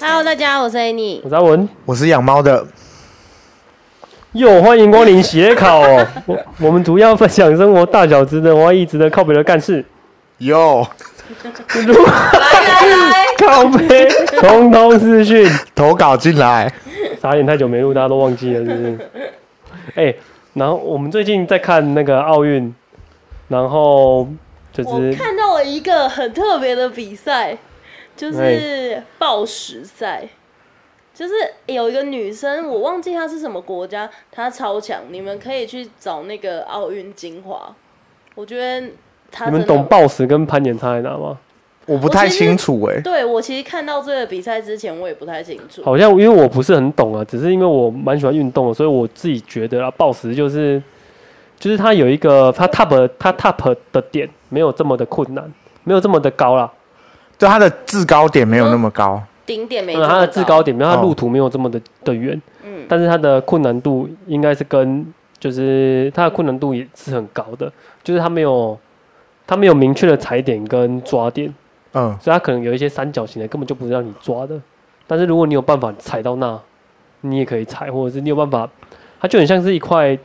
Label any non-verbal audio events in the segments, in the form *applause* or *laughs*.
我是 Annie，我是阿文，我是养猫的，哟，欢迎光临斜考 *laughs* 哦。我我们主要分享生活大小值得怀疑、值得靠北的干事，哟，靠北通通资讯。投稿进来，傻眼，太久没录，大家都忘记了，是不是？哎、然后我们最近在看那个奥运，然后就我是看到了一个很特别的比赛，哎就是暴食赛，就是有一个女生，我忘记她是什么国家，她超强，你们可以去找那个奥运精华，我觉得她你真们的懂暴食跟攀岩差在哪吗？我不太清楚哎、对我其实看到这个比赛之前，我也不太清楚。好像因为我不是很懂啊，只是因为我蛮喜欢运动的，所以我自己觉得啊，暴食就是就是它有一个它 top 它 top 的点没有这么的困难，没有这么的高啦，就它的制高点没有那么高，顶点没这嗯，么它的制高，点，没有它哦路途没有这么的的远，嗯，但是它的困难度应该是跟就是它的困难度也是很高的，就是它没有它没有明确的踩点跟抓点，嗯，所以它可能有一些三角形的根本就不是让你抓的。但是如果你有办法踩到那，你也可以踩，或者是你有办法，它就很像是一块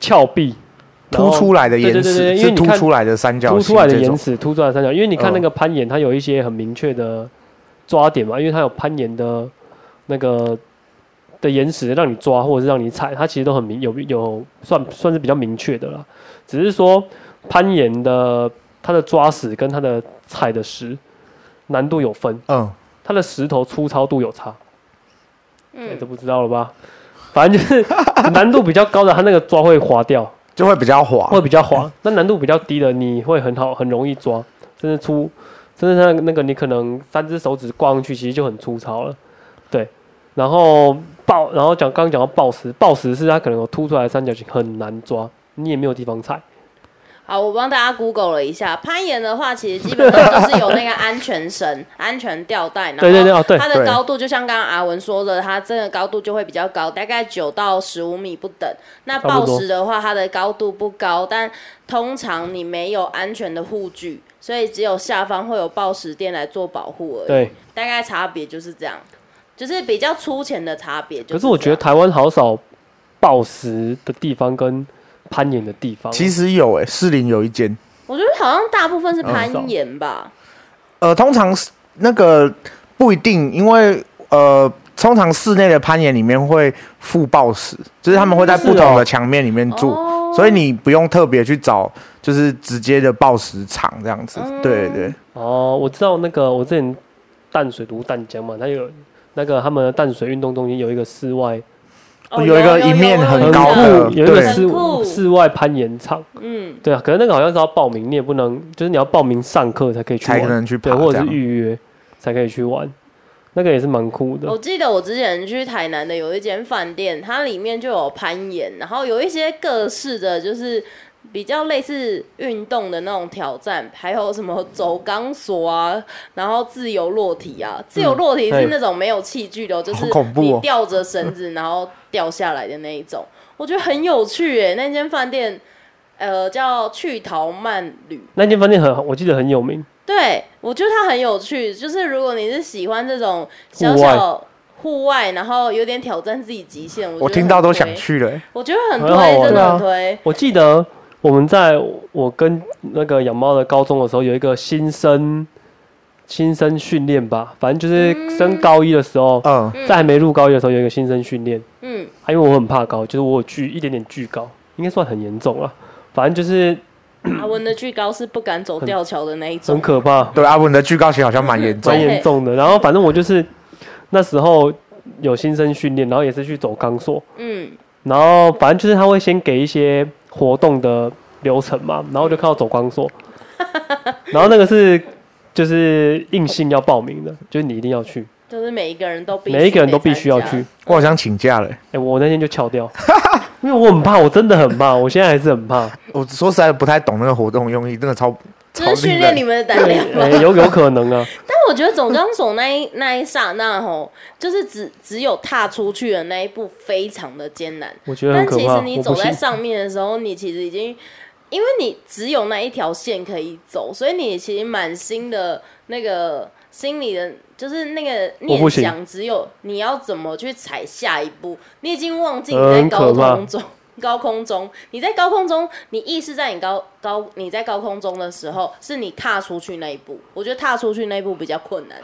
峭壁凸出来的岩对对对石对因是为你凸看出来的三然后角凸形出来的这岩种，石、凸出来的三角，因为你看嗯那个攀岩，它有一些很明确的抓点嘛，因为它有攀岩的那个的岩石让你抓，或者是让你踩，它其实都很明有有算算是比较明确的啦。只是说攀岩的它的抓石跟它的踩的石难度有分，嗯，它的石头粗糙度有差，哎嗯这，不知道了吧？反正就是 *laughs* 难度比较高的，它那个抓会滑掉，就会比较滑会，比较滑。那难度比较低的，你会很好，很容易抓，甚至粗，甚至那那个你可能三只手指挂上去，其实就很粗糙了。对，然后暴，然后讲刚刚讲到暴食，暴食是它可能有凸出来的三角形，很难抓，你也没有地方踩。好，我帮大家 Google 了一下，攀岩的话，其实基本上就是有那个安全绳、安全吊带，然后对对对哦对它的对高度就像刚刚阿文说的，它这个高度就会比较高，大概九到十五米不等。那差暴不多食的话，它的高度不高，但通常你没有安全的护具，所以只有下方会有暴食垫来做保护而已。，对，大概差别就是这样，就是比较粗浅的差别。就可是我觉得这样台湾好少暴食的地方跟攀岩的地方。啊其实有哎、士林有一间，我觉得好像大部分是攀嗯岩吧。呃，通常是那个不一定，因为呃。通常室内的攀岩里面会附抱石，就是他们会在不同的墙面里面嗯做，哦所以你不用特别去找，就是直接的抱石场这样子。嗯对对，哦，我知道那个，我之前淡水读淡江嘛，它有那个他们的淡水运动中心有一个室外哦有一个一面很很高酷的有一个对室很酷室外攀岩场，嗯，对啊，可是那个好像是要报名，你也不能，就是你要报名上课才可以去才玩，可能去对，爬或者这是样。预约才可以去玩，那个也是蛮酷的我。记得我之前去台南的有一间饭店，它里面就有攀岩，然后有一些各式的，就是比较类似运动的那种挑战，还有什么走钢索啊，然后自由落体啊。自由落体是那种没有器具的哦，就是嗯好恐怖哦你吊着绳子然后掉下来的那一种，我觉得很有趣诶、那间饭店。呃，叫去逃慢旅，那间饭店很，我记得很有名，对，我觉得它很有趣。就是如果你是喜欢这种小户外小户外，然后有点挑战自己极限，我觉我得听很到都想推。去了、欸我觉得很推，很好玩真对的啊很推。我记得我们在我跟那个养猫的高中的时候，有一个新生新生训练吧，反正就是升高一的时候，嗯，嗯在还没入高一的时候有一个新生训练，嗯，啊因为我很怕高，就是我有惧一点点惧高，应该算很严重了，反正就是阿文的巨高是不敢走吊桥的那一嗯很种。可怕。对，阿文的惧高期好像蛮严重蛮对。严重的。然后反正我就是那时候有新生训练，然后也是去走钢索，嗯，然后反正就是他会先给一些活动的流程嘛，然后就看到走钢索，嗯然后那个是就是硬性要报名的，就是你一定要去，就是每一个人都必须每一个人都必须要得参去加。。我好像请假了欸、哎、我那天就翘掉， *laughs* 因为我很怕，我真的很怕，我现在还是 *laughs* 很怕。我说实在不太懂那个活动用意，真的超超就是训令练你人。们的胆量吧哎、。有有可能啊，但我觉得总钢索那一那一刹那吼，就是只只有踏出去的那一步非常的艰难。我觉得很但可其怕。实我你不走在信。上面的时候，你其实已经，因为你只有那一条线可以走，所以你其实满心的那个心里的，就是那个我不念行想只有你要怎么去踩下一步，你已经忘记你在很高可怕空中。高空中，你在高空中，你意识在你高高你在高空中的时候，是你踏出去那一步。我觉得踏出去那一步比较困难。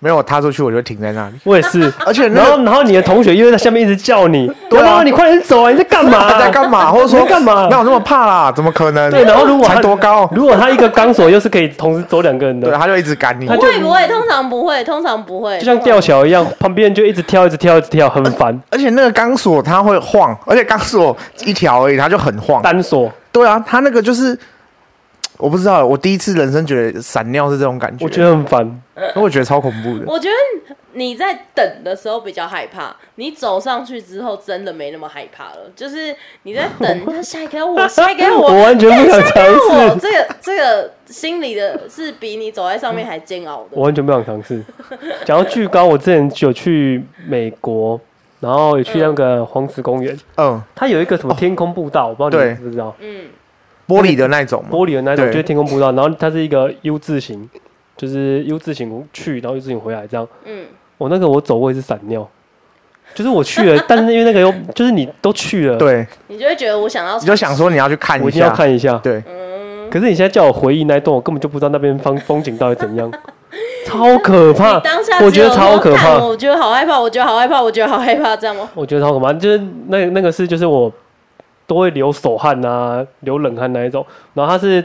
没有我踏出去，我就停在那 *laughs* 里。我也是。 *laughs* 而且那然个后，然后你的同学又在下面一直叫你，对啊然后你快点走啊！你在干嘛、他 *laughs* 在干嘛，或者说你在干嘛哪有那么怕啦？怎么可能？对，然后如果他才多高，如果他一个钢索又是可以同时走两个人对，啊的，他就一直赶你。他不就会不会，通常不会，通常不会。就像吊桥一样，旁边就一直跳，一直跳，一直跳，很 *laughs* 烦。而且那个钢索它会晃，而且钢索一条而已，它就很晃。单索，对啊，它那个就是我不知道，我第一次人生觉得闪尿是这种感觉，我觉得很烦。得我觉得超恐怖的。我觉得你在等的时候比较害怕，你走上去之后真的没那么害怕了。就是你在 *laughs* 等他下一个要我，下一个要我，我完全不想下一个要我，尝试这个这个心里的是比你走在上面还煎熬我的。完全不想尝试。讲到巨高，我之前有去美国，然后也去那个黄石公园，嗯，它有一个什么天空步道，我不知道你对们知不知道，嗯，玻璃的那种嘛，玻璃的那种对就是天空步道，然后它是一个 U 字形，就是 U 字形去，然后 U 字形回来这样。嗯，我那个我走过一次闪尿，就是我去 *laughs* 了，但是因为那个又就是你都去了，，对，你就会觉得我想要你就想说你要去看我一一定要下，嗯看一下。对，可是你现在叫我回忆那一段，我根本就不知道那边风风景到底 *laughs* 怎样，超可怕你当下，我只觉有得超可说怕干。我觉得好害怕，我觉得好害怕，我觉得好害怕，这样吗？我觉得超可怕，就是那那个是就是我都会流手汗啊，流冷汗那一种。然后它是，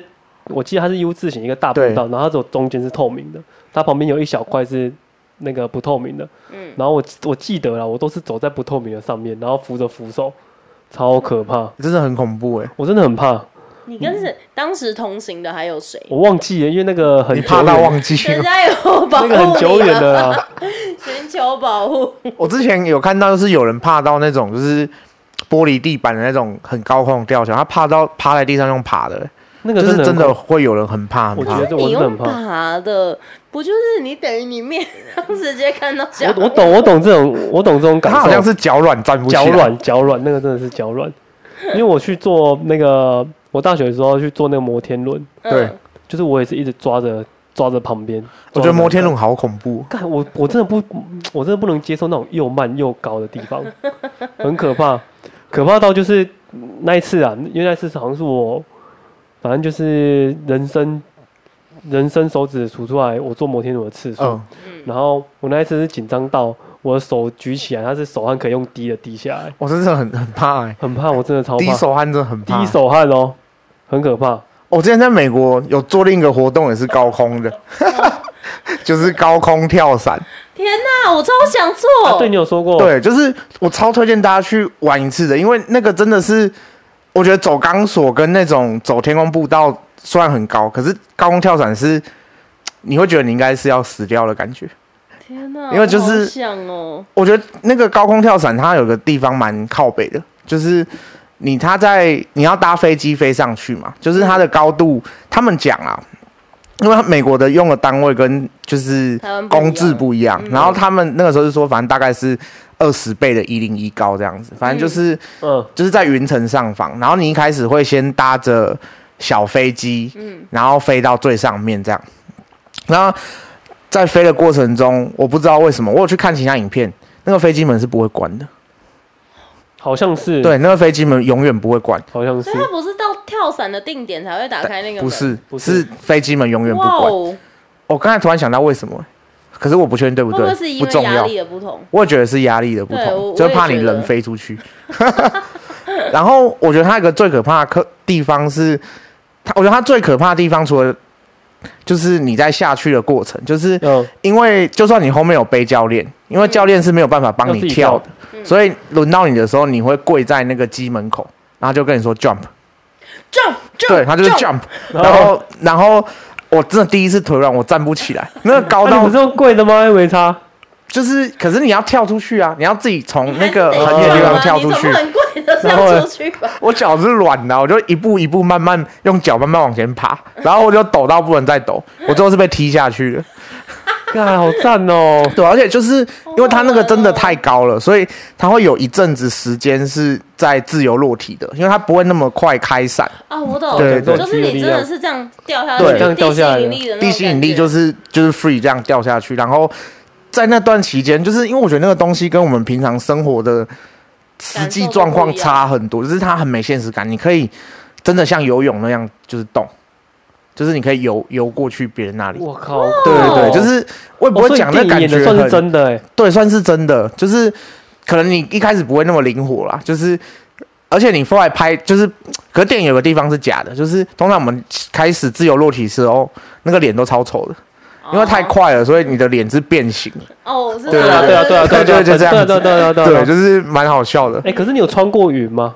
我记得它是 U 字形一个大步道，然后它走中间是透明的，它旁边有一小块是那个不透明的。嗯，然后我我记得了，我都是走在不透明的上面，然后扶着扶手，超可怕，真的很恐怖哎、我真的很怕，你跟是当时同行的还有谁？嗯我忘记了，因为那个很你久怕到远忘记人家有保护那你个啊很久远的 *laughs* 啦，全球保护， *laughs* 我之前有看到，就是有人怕到那种就是玻璃地板的那种很高空的吊桥，他怕到趴在地上用爬的，欸那个就是真真的的很恐会有人很怕很我怕觉得。这我你真的用很怕。爬的，不就是你等于你面上直接看到下我我懂我懂这种我懂这种感他好受像，是脚软站不起来，脚软 *laughs* 脚软，那个真的是脚软。因为我去做那个，我大学的时候去做那个摩天轮，对嗯就是我也是一直抓着抓着旁边。我觉得摩天轮。轮好恐怖。干我我真的不，我真的不能接受那种又慢又高的地方，很可怕，可怕到就是那一次啊，因为那次好像是我，反正就是人生人生手指数出来我做摩天轮的次数，嗯，然后我那一次是紧张到我的手举起来，它是手汗可以用滴的滴下来，我真的很很怕哎、很怕，我真的超第一怕，手汗哦真的很怕。滴，手汗哦，很可怕，我之前在美国有做另一个活动，也是高空的， *laughs* 就是高空跳伞。天哪，我超想做，啊、对你有说过，对，就是我超推荐大家去玩一次的，因为那个真的是，我觉得走钢索跟那种走天空步道虽然很高，可是高空跳伞是，你会觉得你应该是要死掉的感觉。天哪，因为就我好是想哦，我觉得那个高空跳伞它有个地方蛮靠北的，就是你它在你要搭飞机飞上去嘛，就是它的高度，他们讲啊，因为它美国的用的单位跟就是台湾不一样公制不一样，嗯然后他们那个时候是说，反正大概是二十倍的一零一高这样子，反正就是、嗯，就是在云层上方，然后你一开始会先搭着小飞机，嗯然后飞到最上面这样。然后在飞的过程中，我不知道为什么，我有去看其他影片，那个飞机门是不会关的。好像是，，对，那个飞机门永远不会关，好像是 *laughs* 所以，它不是到跳伞的定点才会打开那个门，不是，不是是飞机门永远不哇关。哦，我刚才突然想到为什么，可是我不确定对不会对，不会是因不为重压要力。的不同？我也觉得是压力的不对我同，我就也是怕你觉得人飞出去。 *laughs* 然后我觉得它有一个最可怕的可地方是，它我觉得它最可怕的地方除了就是你在下去的过程，就是嗯，因为就算你后面有背教练，因为教练是没有办法帮要自你己跳跳嗯的，所以轮到你的时候，你会跪在那个机门口，然后就跟你说 jump， jump jump，对他就是 jump *laughs* jump，然后然后我真的第一次腿软，我站不起来，那个高啊那你到不是用贵的吗？没差。就是，可是你要跳出去啊，你要自己从那个你还是很得远的地跳吧方跳出你去总不。能跪着然后跳呢出去吧？我脚是软的，我就一步一步慢慢用脚慢慢往前 *laughs* 爬，然后我就抖到不能再抖，我最后是被踢下去 *laughs* 的。啊，好赞哦！对，而且就是因为它那个真的太高了，所以它会有一阵子时间是在自由落体的，因为它不会那么快开伞。啊，我懂，对对就是你真的是这样掉下去，对这样掉下来地吸引力的那种地心引力感觉就是就是 free 这样掉下去，然后在那段期间，就是因为我觉得那个东西跟我们平常生活的实际状况差很多，就是它很没现实感。你可以真的像游泳那样，就是动，就是你可以游游过去别人那里。我靠，哦对哦对对，就是我也不我会讲那感觉算很是真的哎，对，算是真的，就是可能你一开始不会那么灵活啦，就是而且你后来拍，就是可是电影有个地方是假的，就是通常我们开始自由落体时候，那个脸都超丑的，因为太快了，所以你的脸是变形的，哦，是对对啊对啊对啊对啊，对就这样子对啊对啊对啊对对，啊。就是蛮好笑的，哎，可是你有穿过云吗？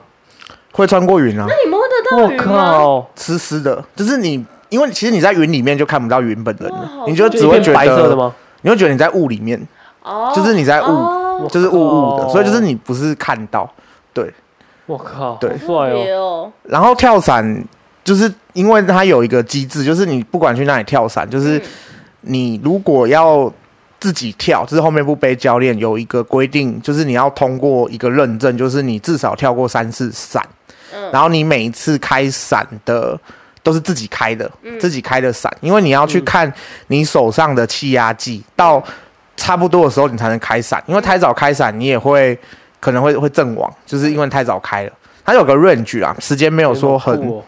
会穿过云啊，那你摸得到我鱼吗？靠，湿湿的，就是你。因为其实你在云里面就看不到云本人哇了好，你就酷就只一会觉片白色的得，吗？你会觉得你在雾里面，哦，就是你在雾哦就是雾雾的，所以就是你。你不是看到。我靠，对好帅特别哦！哦，然后跳伞就是因为它有一个机制，就是你不管去哪里跳伞，嗯就是你如果要自己跳，就是后面不背教练有一个规定，就是你要通过一个认证，就是你至少跳过三次伞，嗯然后你每一次开伞的。都是自己开的，嗯自己开的伞，因为你要去看你手上的气压计，到差不多的时候你才能开伞，因为太早开伞你也会可能会会阵亡，就是因为太早开了。它有个 range 啊，时间没有说很、好酷哦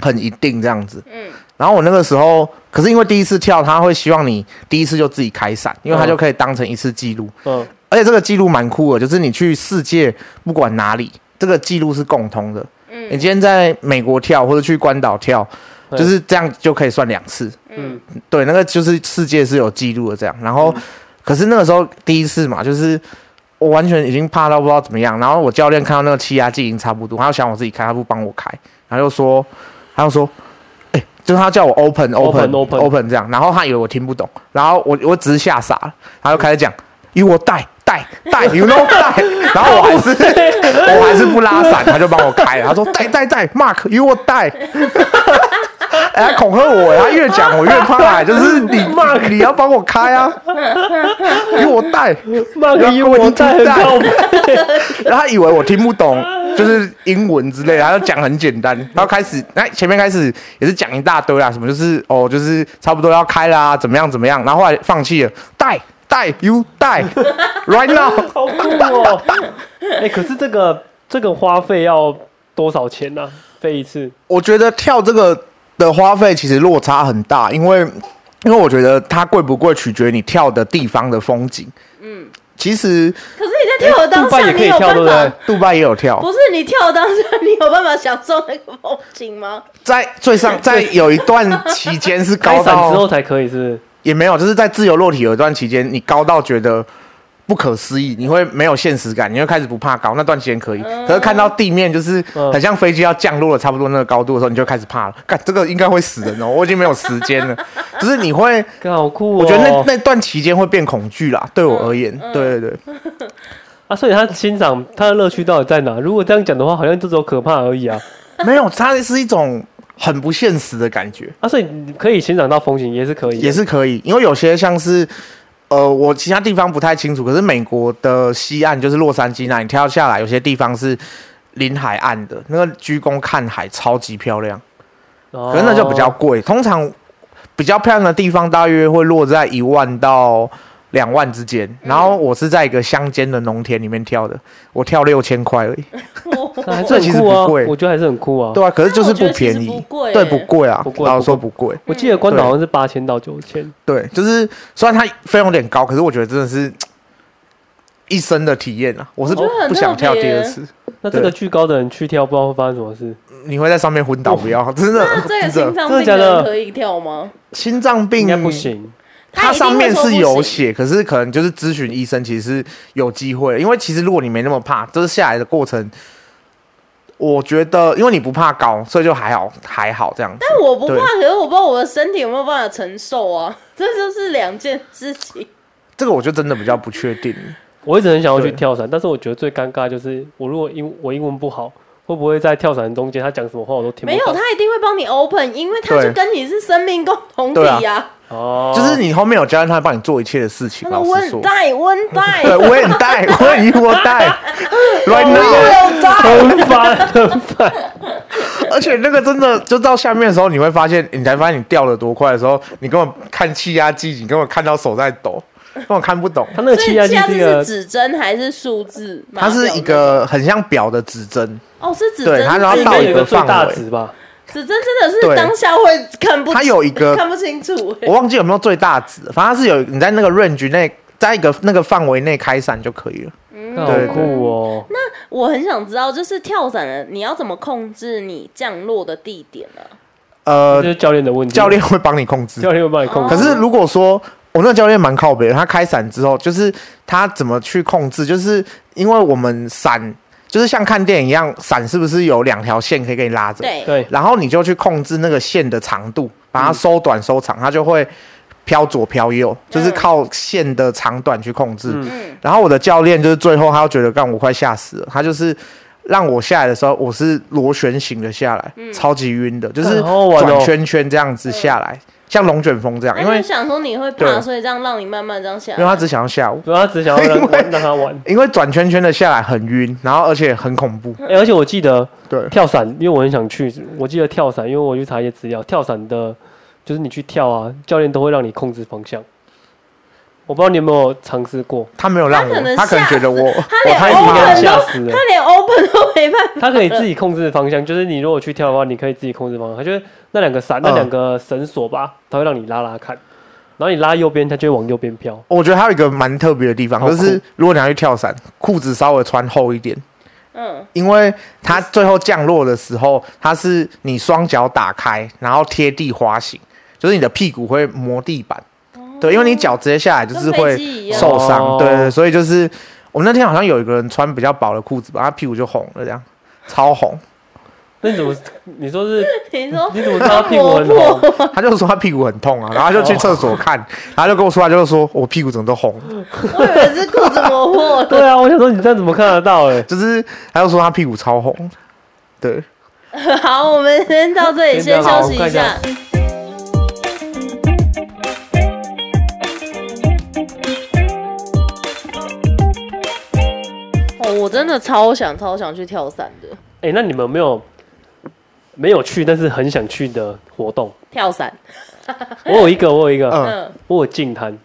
很一定这样子。嗯然后我那个时候，可是因为第一次跳，他会希望你第一次就自己开伞，因为他嗯就可以当成一次记录。 *laughs* 嗯，而且这个记录蛮酷的，就是你去世界不管哪里，这个记录是共通的。你嗯今天在美国跳或者去关岛跳，对就是这样就可以算两次。嗯，对，那个就是世界是有记录的这样。然后，可是那个时候第一次嘛，就是我完全已经怕到不知道怎么样。然后我教练看到那个气压计已经差不多，他就想我自己开，他不帮我开，然后又说，他就说，哎、就是他叫我 open open open open 这样。然后他以为我听不懂，然后我我只是吓傻了，他就开始讲，you 我带带带，you know 带，然后我还是我还是不拉伞，他就帮我开了，他说带带带，Mark you 我带。哎，他恐吓我，他越讲我越怕，就是你 Mark 你要帮我开啊，给我带，那个英文带很靠谱，然后他以为我听不懂，就是英文之类的，他就讲很简单，然后开始，那前面开始也是讲一大堆啦，什么就是哦，就是差不多要开啦，怎么样怎么样，然后后来放弃了，带带 you 带 right now，好酷 *laughs* 哦！哎，可是这个这个花费要多少钱呢？飞一次？我觉得跳这个的花费其实落差很大，因为因为我觉得它贵不贵取决于你跳的地方的风景，嗯，其实呃可是你在跳的当杜拜哎下，也可你以有跳，对办不法对？杜拜也有跳，不是你跳当下，你有办法享受那个风景吗？在 *laughs* 最上，在有一段期间是开高伞之后到才可以，是不是？也没有，就是在自由落体有一段期间，你高到觉得不可思议，你会没有现实感，你会开始不怕高。那段期间可以，可是看到地面就是嗯很像飞机要降落了差不多那个高度的时候，你就开始怕了。干，这个应该会死人哦，我已经没有时 *laughs* 间了。就是你会，干好酷哦！我觉得那那段期间会变恐惧啦，对我而言，对对对。啊，所以他欣赏他的乐趣到底在哪？如果这样讲的话，好像就只有可怕而已啊！没有，它是一种很不现实的感觉。啊，所以你可以欣赏到风景也是可以，也是可以，因为有些像是，呃，我其他地方不太清楚，可是美国的西岸就是洛杉矶那里跳下来，有些地方是临海岸的，那个鞠躬看海超级漂亮，哦，可是那就比较贵，通常比较漂亮的地方大约会落在一万到。两万之间，然后我是在一个乡间的农田里面跳的，我跳六千块而已，那还是这其很实酷啊不贵！我觉得还是很酷啊！对啊，可是就是不便那我觉得其实不宜，贵对，欸不贵啊不，贵老不实说不贵，我记得关对岛好像是八千到九千，对，就是虽然它费用有点高，可是我觉得真的是一生的体验啊！我是我觉得很不想跳第二次，那这个巨高的人去跳，不知道会发生什么事。你会在上面昏倒，不要真的哦那这个真心的脏病真的假的人可以跳吗？心脏病应该不，行。他它一定上面会说是不有行写，可是可能就是咨询医生，其实是有机会的，因为其实如果你没那么怕，就是下来的过程。我觉得，因为你不怕高，所以就还好，还好这样子。但我不怕对，可是我不知道我的身体有没有办法承受啊， *laughs* 这就是两件事情。这个我就真的比较不确定。我一直很想要去对跳伞，但是我觉得最尴尬就是，我如果英我英文不好，会不会在跳伞中间他讲什么话我都听不没有，懂？他一定会帮你 open，因为他就对跟你是生命共同体对啊。哦，就是你后面有教练，他会帮你做一切的事情。那个老实说温，带温带， *laughs* 对，我也 *laughs* 带，我也我带，right now。温带，很烦很烦。 *laughs* 而且那个真的，就到下面的时候，你会发现，你才发现你掉的多快的时候，你根本看气压计，你根本看到手在抖。根本看不懂。它那个所以啊气压下计是次一是个指针还是数字码它表那种？是一个很像表的指针，哦，是指针，对它然后指应到该针有一个最大到一个范围值吧？指针真的是对当下会看不，它有一个看不清楚、欸我忘记有没有最大值，反正它是有你在那个 range 内，在一个那个范围内开伞就可以了。嗯那好对对酷哦！我很想知道，就是跳伞的你要怎么控制你降落的地点呢、这呃就，是教练的问题。教练会帮你控制教。练会帮你控制可，是如果说我那个教练蛮靠北的，他开伞之后，就是他怎么去控制，就是因为我们伞就是像看电影一样，伞是不是有两条线可以给你拉着？对，对，然后你就去控制那个线的长度，把它收短收长，它就会飘左飘右，就是靠线的长短去控制。嗯嗯，然后我的教练就是最后他觉得干我快吓死了，他就是让我下来的时候，我是螺旋形的下来，嗯超级晕的，就是干好好玩哦转圈圈这样子下来，像龙卷风这样，因那为就想说你会怕，对所以这样让你慢慢这样下来。因为他只想要吓我。主要他只想 *laughs* 要让让他玩。因为转圈圈的下来很晕，然后而且很恐怖，哎而且我记得对，跳伞，因为我很想去，我记得跳伞，因为我去查一些资料，跳伞的，就是你去跳啊，教练都会让你控制方向。我不知道你有没有尝试过，他没有让我他可，能他可能吓觉得死我他我连太应该 open 怕吓了，死都了他。连 open 都没办法。哦他可以自己控制方向，就是你如果去跳的话，你可以自己控制方向。他就是那两个伞、那嗯两个绳索吧，他会让你拉拉看，然后你拉右边，它就会往右边飘。我觉得还有一个蛮特别的地方，好酷就是如果你要去跳伞，裤子稍微穿厚一点，嗯，因为它最后降落的时候，它是你双脚打开，然后贴地滑行，就是你的屁股会磨地板。对，因为你脚直接下来就是哦跟飞会机一样受哦伤。对对，对所以就是我们那天好像有一个人穿比较薄的裤子吧，他屁股就红了，这样超 *laughs* 红。那你怎么？你说是？你说你怎么知道他屁股很红？ *laughs* 他就说他屁股很痛啊，然后他就去厕 *laughs* 所看，然后他就跟我说，他就说我屁股怎么都红，我以为是裤子磨破了，对啊，我想说你这样怎么看得到、欸？哎，就是他就说他屁股超红。对，好，我们先到这里，先好休息快一点下。哦，我真的超想超想去跳伞的，哎、那你们有没有没有去，但是很想去的活动？跳伞。我有一个，我有一个，嗯，嗯，我有净滩。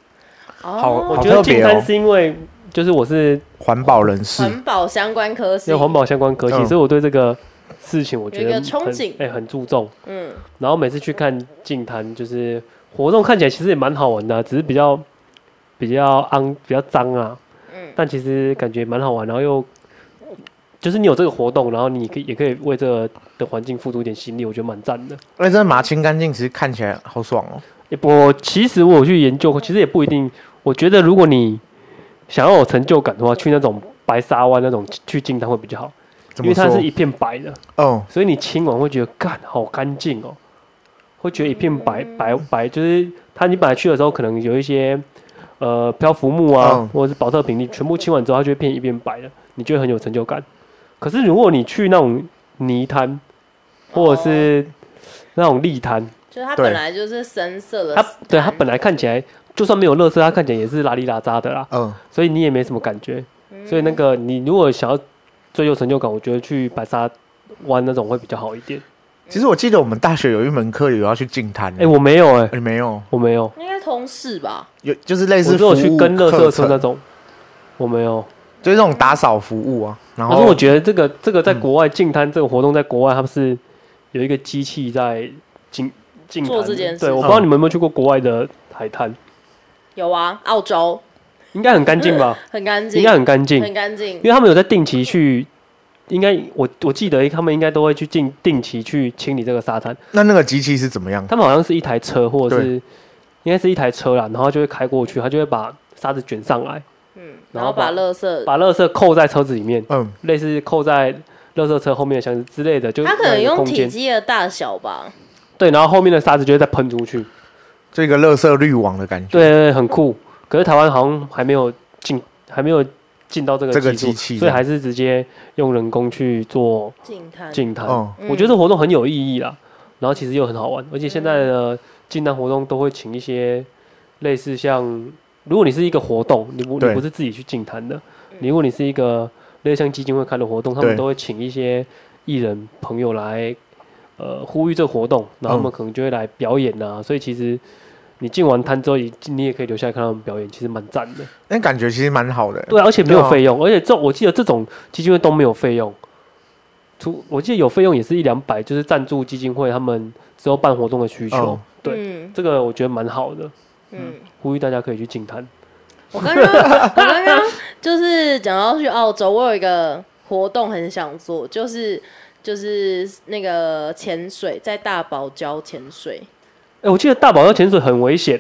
好哦，我好觉得特别净滩哦是因为就是我是环保人士，环保相关科系有，环保相关科技，嗯所以我对这个事情我觉有一得个憧很憬哎、很注重。嗯，然后每次去看净滩，就是活动看起来其实也蛮好玩的啊、只是比较比较肮、比较脏啊。嗯但其实感觉蛮好玩，然后又就是你有这个活动，然后你可以也可以为这个的环境付出一点心力，我觉得蛮赞的。那真的把它清干净，其实看起来好爽哦。也我其实我有去研究过，其实也不一定。我觉得如果你想要有成就感的话，去那种白沙湾那种去净滩会比较好，怎因么为说它？是一片白的。哦，所以你清完会觉得干好干净哦，会觉得一片白白白，就是它你本来去的时候可能有一些呃漂浮木啊，嗯或者是保特瓶，你全部清完之后，它就会变一片白的，你就会很有成就感。可是如果你去那种泥滩，或者是那种砾滩，就是它对本来就是深色的它伞，对它本来看起来就算没有垃圾，它看起来也是拉里拉渣的啦，嗯，所以你也没什么感觉。嗯所以那个你如果想要追求成就感，我觉得去白沙湾那种会比较好一点。其实我记得我们大学有一门课有要去净滩哎、的，我没有哎、你没有？我没有。应该通识吧？有就是类我似只有去服务跟垃圾课车那程，种，我没有。就是那种打扫服务啊。然可是我后嗯觉得这个这个在国外净滩这个活动，在国外他们是有一个机器在净净滩做的。这件事对，我情嗯不知道你们有没有去过国外的海滩，有啊，澳洲应该很干净吧？很干净应该，很干净，嗯很干净因。为他们有在定期去。应该我我记得他们应该都会去定定期去清理这个沙滩，那那个机器是怎么样？他们好像是一台车或者是应该是一台车啦，然后就会开过去，他就会把沙子卷上来，嗯，然然后后把把垃圾，把垃圾扣在车子里面，嗯，类似扣在垃圾车后面的箱子之类的，就它可让能一个用空体间积的大小吧。对，然后后面的沙子就会再喷出去，就一个垃圾滤网的感觉。对对对，很酷。可是台湾好像还没有进，还没有进到这个这个技术机器所以还是直接用人工去做净滩，净滩。嗯，嗯我觉得这活动很有意义啦，啊然后其实又很好玩，而且现在的净滩活动都会请一些类似像，如果你是一个活动，你不你对不是自己去净滩的，如果你是一个类似像基金会开的活动，他们对都会请一些艺人朋嗯友来，呃，呼吁这个活动，然后他们可能就会来表演啊，所以其实你进完摊之后，你你也可以留下来看他们表演，其实蛮赞的。那感觉其实蛮好的。对啊，而且没有对啊费用，而且这我记得这种基金会都没有费用，除我记得有费用也是一两百，就是赞助基金会他们之后办活动的需求。哦对，嗯这个我觉得蛮好的，嗯。呼吁大家可以去进摊。我刚刚 *laughs* 我刚刚就是讲到去澳洲，我有一个活动很想做，就是就是那个潜水，在大堡礁潜水。哎、我记得大堡礁潜水很危险，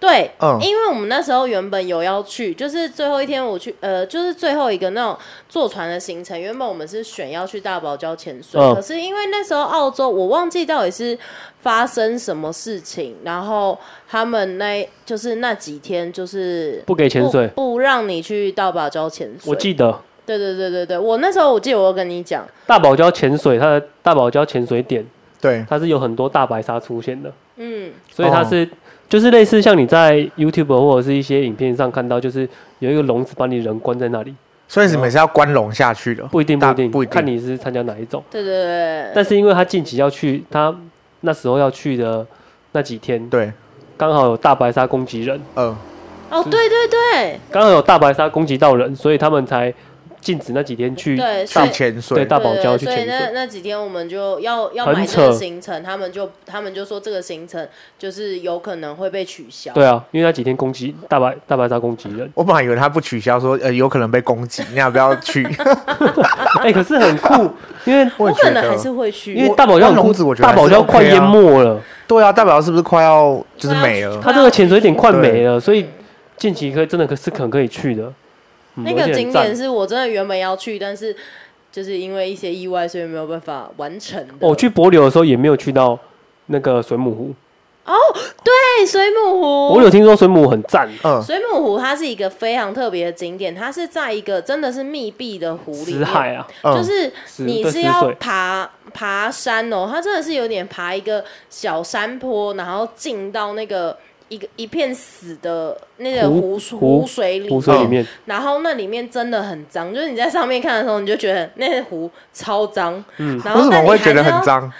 对，嗯因为我们那时候原本有要去，就是最后一天我去，呃，就是最后一个那种坐船的行程。原本我们是选要去大堡礁潜水，嗯可是因为那时候澳洲，我忘记到底是发生什么事情，然后他们那就是那几天就是不给潜水。不不让你去大堡礁潜水。我记得对对对对对，我那时候我记得我有跟你讲，大堡礁潜水，它的大堡礁潜水点对，它是有很多大白鲨出现的，嗯，所哦以它是、就是类似像你在 YouTube 或者是一些影片上看到，就是有一个笼子把你人关在那里，所以你们是要关笼下去的。不一定不大一定，不一定看你是参加哪一种。对对对对，但是因为他近期要去，他那时候要去的那几天，对，刚好有大白鲨攻击人，呃，哦对对对刚好有大白鲨攻击到人，所以他们才禁止那几天去。对，所以去潜对水。，大堡礁对去所以潜那水，那几天我们就要要很买这个扯行程，他们就他们就说这个行程就是有可能会被取消。对啊，因为那几天攻击大白大白鲨攻击 *laughs* 人我本来以为他不取消，说呃有可能被攻击，你要不要去？ *laughs* 哎、可是很酷，因为我我也可觉能还得，是会去，因为大堡礁很那笼酷子我，觉得大还是堡礁快 OK 啊淹没了，对啊，代表是不是快要就是没了？它这个潜水点快没了，所以近期可以真的可是可能可以去的。嗯那而且个很景赞点是我真的原本要去，但是就是因为一些意外，所以没有办法完成的。哦我去柏流的时候也没有去到那个水母湖，对哎水母湖，我有听说水母湖很赞，嗯，水母湖它是一个非常特别的景点，它是在一个真的是密闭的湖里死面，海啊，嗯就是是你对是死要水爬爬山哦，它真的是有点爬一个小山坡，然后进到那个一个一片死的那个湖湖水湖湖水里，湖水里面。然后那里面真的很脏，就是你在上面看的时候，你就觉得那个湖超脏，嗯，然为后什但么你会还觉得是很要。嗯脏？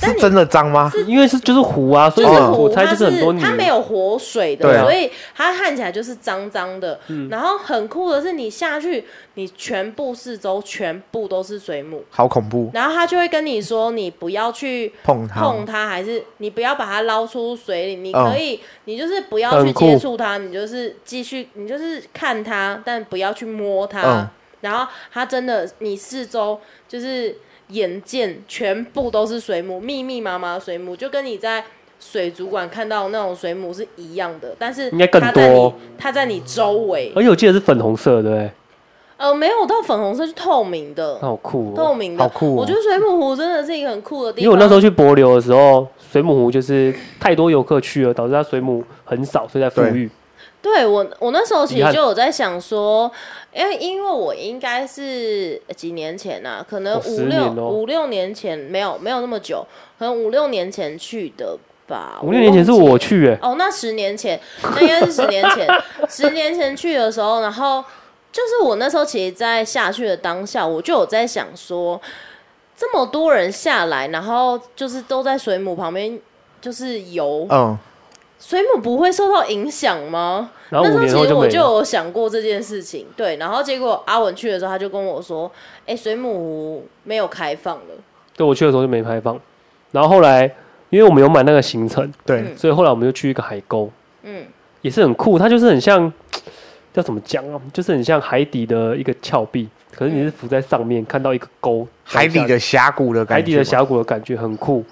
但是你真的脏吗？因为是就是湖啊，所以就是我湖，我猜它就是很多女它没有活水的，嗯对啊嗯所以它看起来就是脏脏的。然后很酷的是，你下去，你全部四周全部都是水母，好恐怖，然后他就会跟你说，你不要去碰嗯它，碰它，还是你不要把它捞出水里，你嗯可以，你就是不要去哦很酷接触它，你就是继续，你就是看它，但不要去摸它。哦嗯然后它真的，你四周就是眼见全部都是水母，密密麻麻的水母，就跟你在。水族馆看到那种水母是一样的，但是应该更它在你多哦它在你周围，而且我记得是粉红色的，对不对，呃，没有到粉红色，是透明的，那好酷透哦。明的。好酷哦我觉得水母湖真的是一个很酷的地方。因为我那时候去柏流的时候，水母湖就是太多游客去了，导致它水母很少，所以在富裕。对我，我那时候其遗实憾就有在想说，因为因为我应该是呃几年前呐、可能哦五六10年哦五六年前，没有没有那么久，可能五六年前去的吧。五六年前是我忘记去，哎，哦，那十年前，那应该是十年 *laughs* 前，十年前去的时候，然后就是我那时候其实，在下去的当下，我就有在想说，这么多人下来，然后就是都在水母旁边就是游，啊嗯，水母不会受到影响吗？然后那时啊五候年其后实就我没就了。有想过这件事情，对，然后结果阿文去的时候，他就跟我说：“哎、水母湖没有开放了。对，我去的时候就没开放。然后后来，因为我们有买那个行程，对，所以后来我们就去一个海沟，”嗯，也是很酷。它就是很像，要怎么讲啊？就是很像海底的一个峭壁，可是你是浮在上面，看到一个沟，海底的峡谷的感海觉，底的，峡谷的感觉很酷，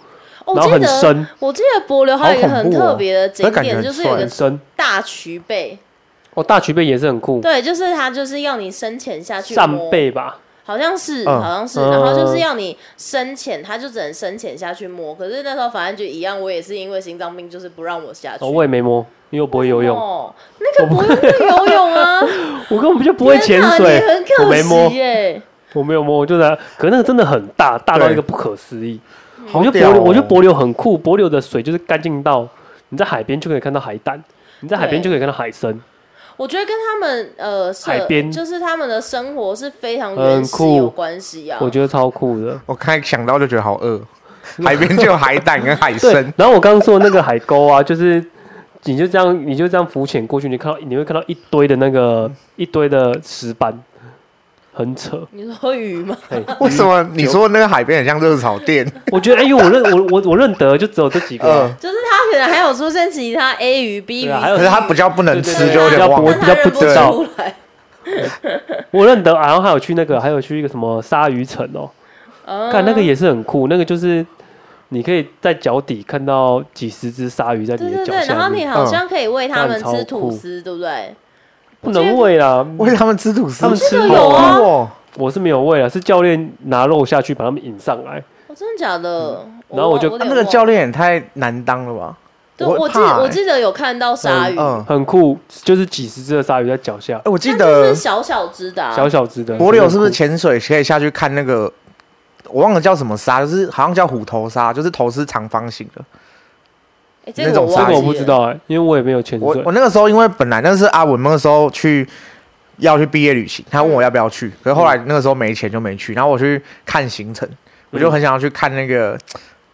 哦然我后记很得深，我记得柏流还有一个很特别的景好恐怖哦点，那感觉很就是有一很个深。大渠背，哦，大曲背也是很酷，对，就是它就是要你深潜下去摸扇，贝吧，好像是嗯好像是，嗯然后就是要你深潜，它就只能深潜下去摸。可是那时候反正就一样，我也是因为心脏病，就是不让我下去。哦，我也没摸，因为我不会游泳，哦，那个不用会游泳啊，我根本就 *laughs* 不会潜水天哪你很，我没可摸惜，耶。我没有摸，我就在，可是那个真的很大，大到对一个不可思议。我觉得屌柏流，哦我觉得柏流很酷，柏流的水就是干净到你在海边就可以看到海胆，你在海边对就可以看到海参，我觉得跟他们呃，社海边就是他们的生活是非常很原始酷有关系啊。我觉得超酷的。我刚才想到就 *laughs* 觉得好饿，海边就有海胆跟海对参，，然后我刚刚说的那个海沟啊，就是你就这样你就这样浮潜过去，你看到你会看到一堆的那个一堆的石斑，很扯。你说鱼吗？ *laughs* 嘿，为什么你说那个海边很像热炒店？ *laughs* 我觉得哎，因为我认我我我认得就只有这几个啊，嗯，就是他可能还有出现其他 A 鱼、B 鱼，对啊还可有是它比较不能吃，就有点忘我了。但他比较认不不知道出来。我认得，然后还有去那个还有去一个什么鲨鱼城哦，看看那个也是很酷，那个就是你可以在脚底看到几十只鲨鱼在对你对的脚对，然下后你面，好像可以喂他嗯们那很吃超吐酷司，对不对？不能喂啦，喂他们吃吐司，他们吃这个肉有啊啊，哦，我是没有喂啊，是教练拿肉下去把他们引上来，哦，真的假的？嗯然后我就忘有啊那点个忘教练也太难当了吧？对，我会我记怕欸我记得有看到鲨鱼，嗯，很酷，就是几十只的鲨鱼在脚下哎，，我记但得就是小小只的啊，小小只的。柏柳是不是很酷潜水可以下去看那个？我忘了叫什么鲨，就是好像叫虎头鲨，就是头是长方形的。哎这那个种我这忘个记我不知了。道哎，因为我也没有潜我水我。那个时候因为本来那是阿文那个时候去要去毕业旅行，他问我要不要去，可是后来嗯那个时候没钱就没去。然后我去看行程，我就嗯很想要去看那个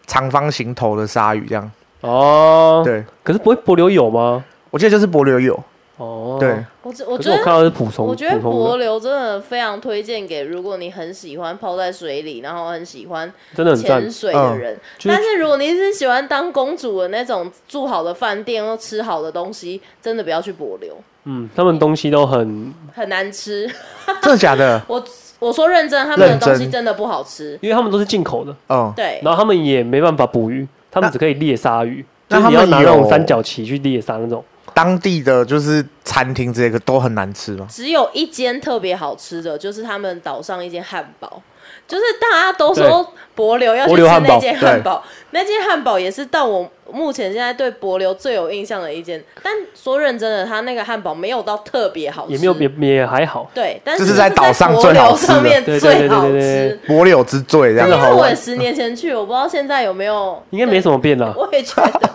长方形头的鲨鱼，这样。哦，，对，可是不会柏柳有吗？我我记得就是柏柳有，哦，对，我只我可觉是我看得。到的是普通，我觉得普通柏的，流真的非常推荐给如果你很喜欢泡在水里，然后很喜欢真的很潜赞。嗯水的人。就是但是如果你是喜欢当公主的那种，住好的饭店又吃好的东西，真的不要去柏流，嗯，他们东西都很，很难吃。真的假的？我我说认真，他们的认东真西真的不好吃。因为他们都是进口的，嗯，对，然后他们也没办法捕鱼，他们那只可以猎鲨鱼，就是那你要他们拿那种有三角旗去猎鲨那种。当地的就是餐厅之类的都很难吃吗？只有一间特别好吃的，就是他们岛上一间汉堡，就是大家都对说柏流要去柏吃流汉堡那间汉堡，那间汉堡也是到我目前现在对柏流最有印象的一间。但说认真的，他那个汉堡没有到特别好吃，也没有也也还好，对，但是就这是是在岛上上最好吃的上面对对最对对好对吃对。柏柳之最这因样。为我十年前去，我不知道现在有没 *laughs* 有，应该没什么变啦。我也觉得，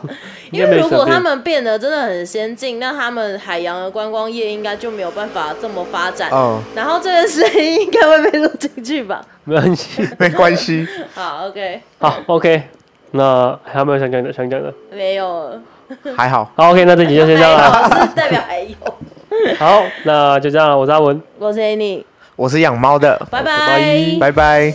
因应该为没如果什么变他们变得真的很先进，那他们海洋的观光业应该就没有办法这么发展。嗯，然后这个声音应该会被录进去吧？没 *laughs* 关系。没关系。好，OK，好，OK，那还有没有想讲的？想讲的？没有了，还好。好，OK，那这集就先这样了。没有是代表还有。好，那就这样了。我是阿文。我是 Annie，我是养猫的，拜拜拜拜。